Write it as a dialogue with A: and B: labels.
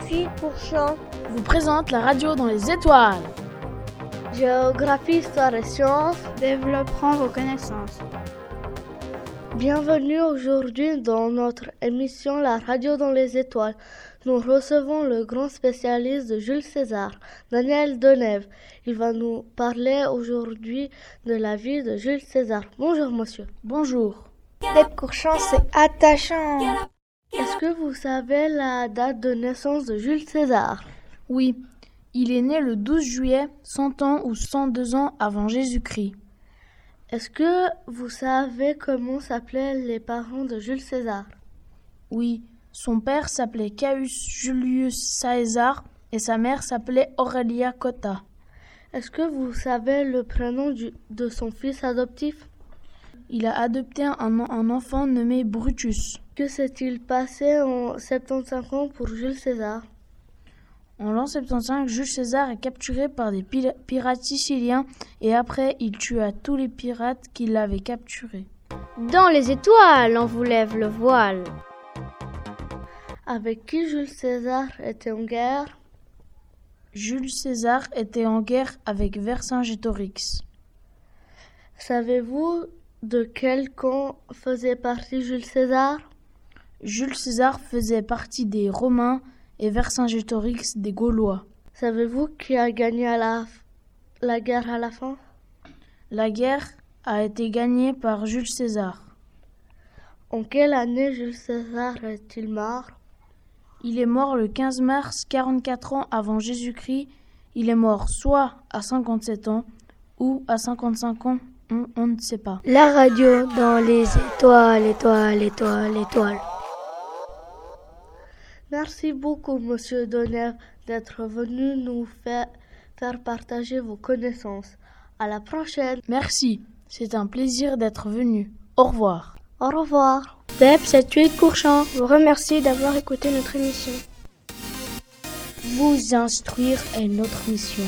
A: d'Epsetuit-Pourchamp.
B: vous présente la radio dans les étoiles.
A: Géographie, histoire et sciences.
C: Développeront vos connaissances.
A: Bienvenue aujourd'hui dans notre émission La radio dans les étoiles. Nous recevons le grand spécialiste de Jules César, Daniel Denève. Il va nous parler aujourd'hui de la vie de Jules César. Bonjour monsieur.
B: Bonjour.
D: Décourchant, c'est attachant.
A: Est-ce que vous savez la date de naissance de Jules César
B: Oui, il est né le 12 juillet, 100 ans ou 102 ans avant Jésus-Christ.
A: Est-ce que vous savez comment s'appelaient les parents de Jules César
B: Oui, son père s'appelait Caius Julius Caesar et sa mère s'appelait Aurelia Cotta.
A: Est-ce que vous savez le prénom du- de son fils adoptif
B: Il a adopté un, un enfant nommé Brutus.
A: Que s'est-il passé en 75 ans pour Jules César
B: En l'an 75, Jules César est capturé par des pila- pirates siciliens et après il tua tous les pirates qui l'avaient capturé.
E: Dans les étoiles, on vous lève le voile.
A: Avec qui Jules César était en guerre
B: Jules César était en guerre avec Vercingétorix.
A: Savez-vous de quel camp faisait partie Jules César
B: Jules César faisait partie des Romains et Vercingétorix des Gaulois.
A: Savez-vous qui a gagné à la, la guerre à la fin
B: La guerre a été gagnée par Jules César.
A: En quelle année Jules César est-il mort
B: Il est mort le 15 mars 44 ans avant Jésus-Christ. Il est mort soit à 57 ans ou à 55 ans, on, on ne sait pas.
D: La radio dans les étoiles, étoiles, étoiles, étoiles.
A: Merci beaucoup, Monsieur Donner, d'être venu nous faire, faire partager vos connaissances. À la prochaine.
B: Merci, c'est un plaisir d'être venu. Au revoir.
A: Au revoir.
D: Deb, c'est tué Courchamp. Vous remercie d'avoir écouté notre émission.
E: Vous instruire est notre mission.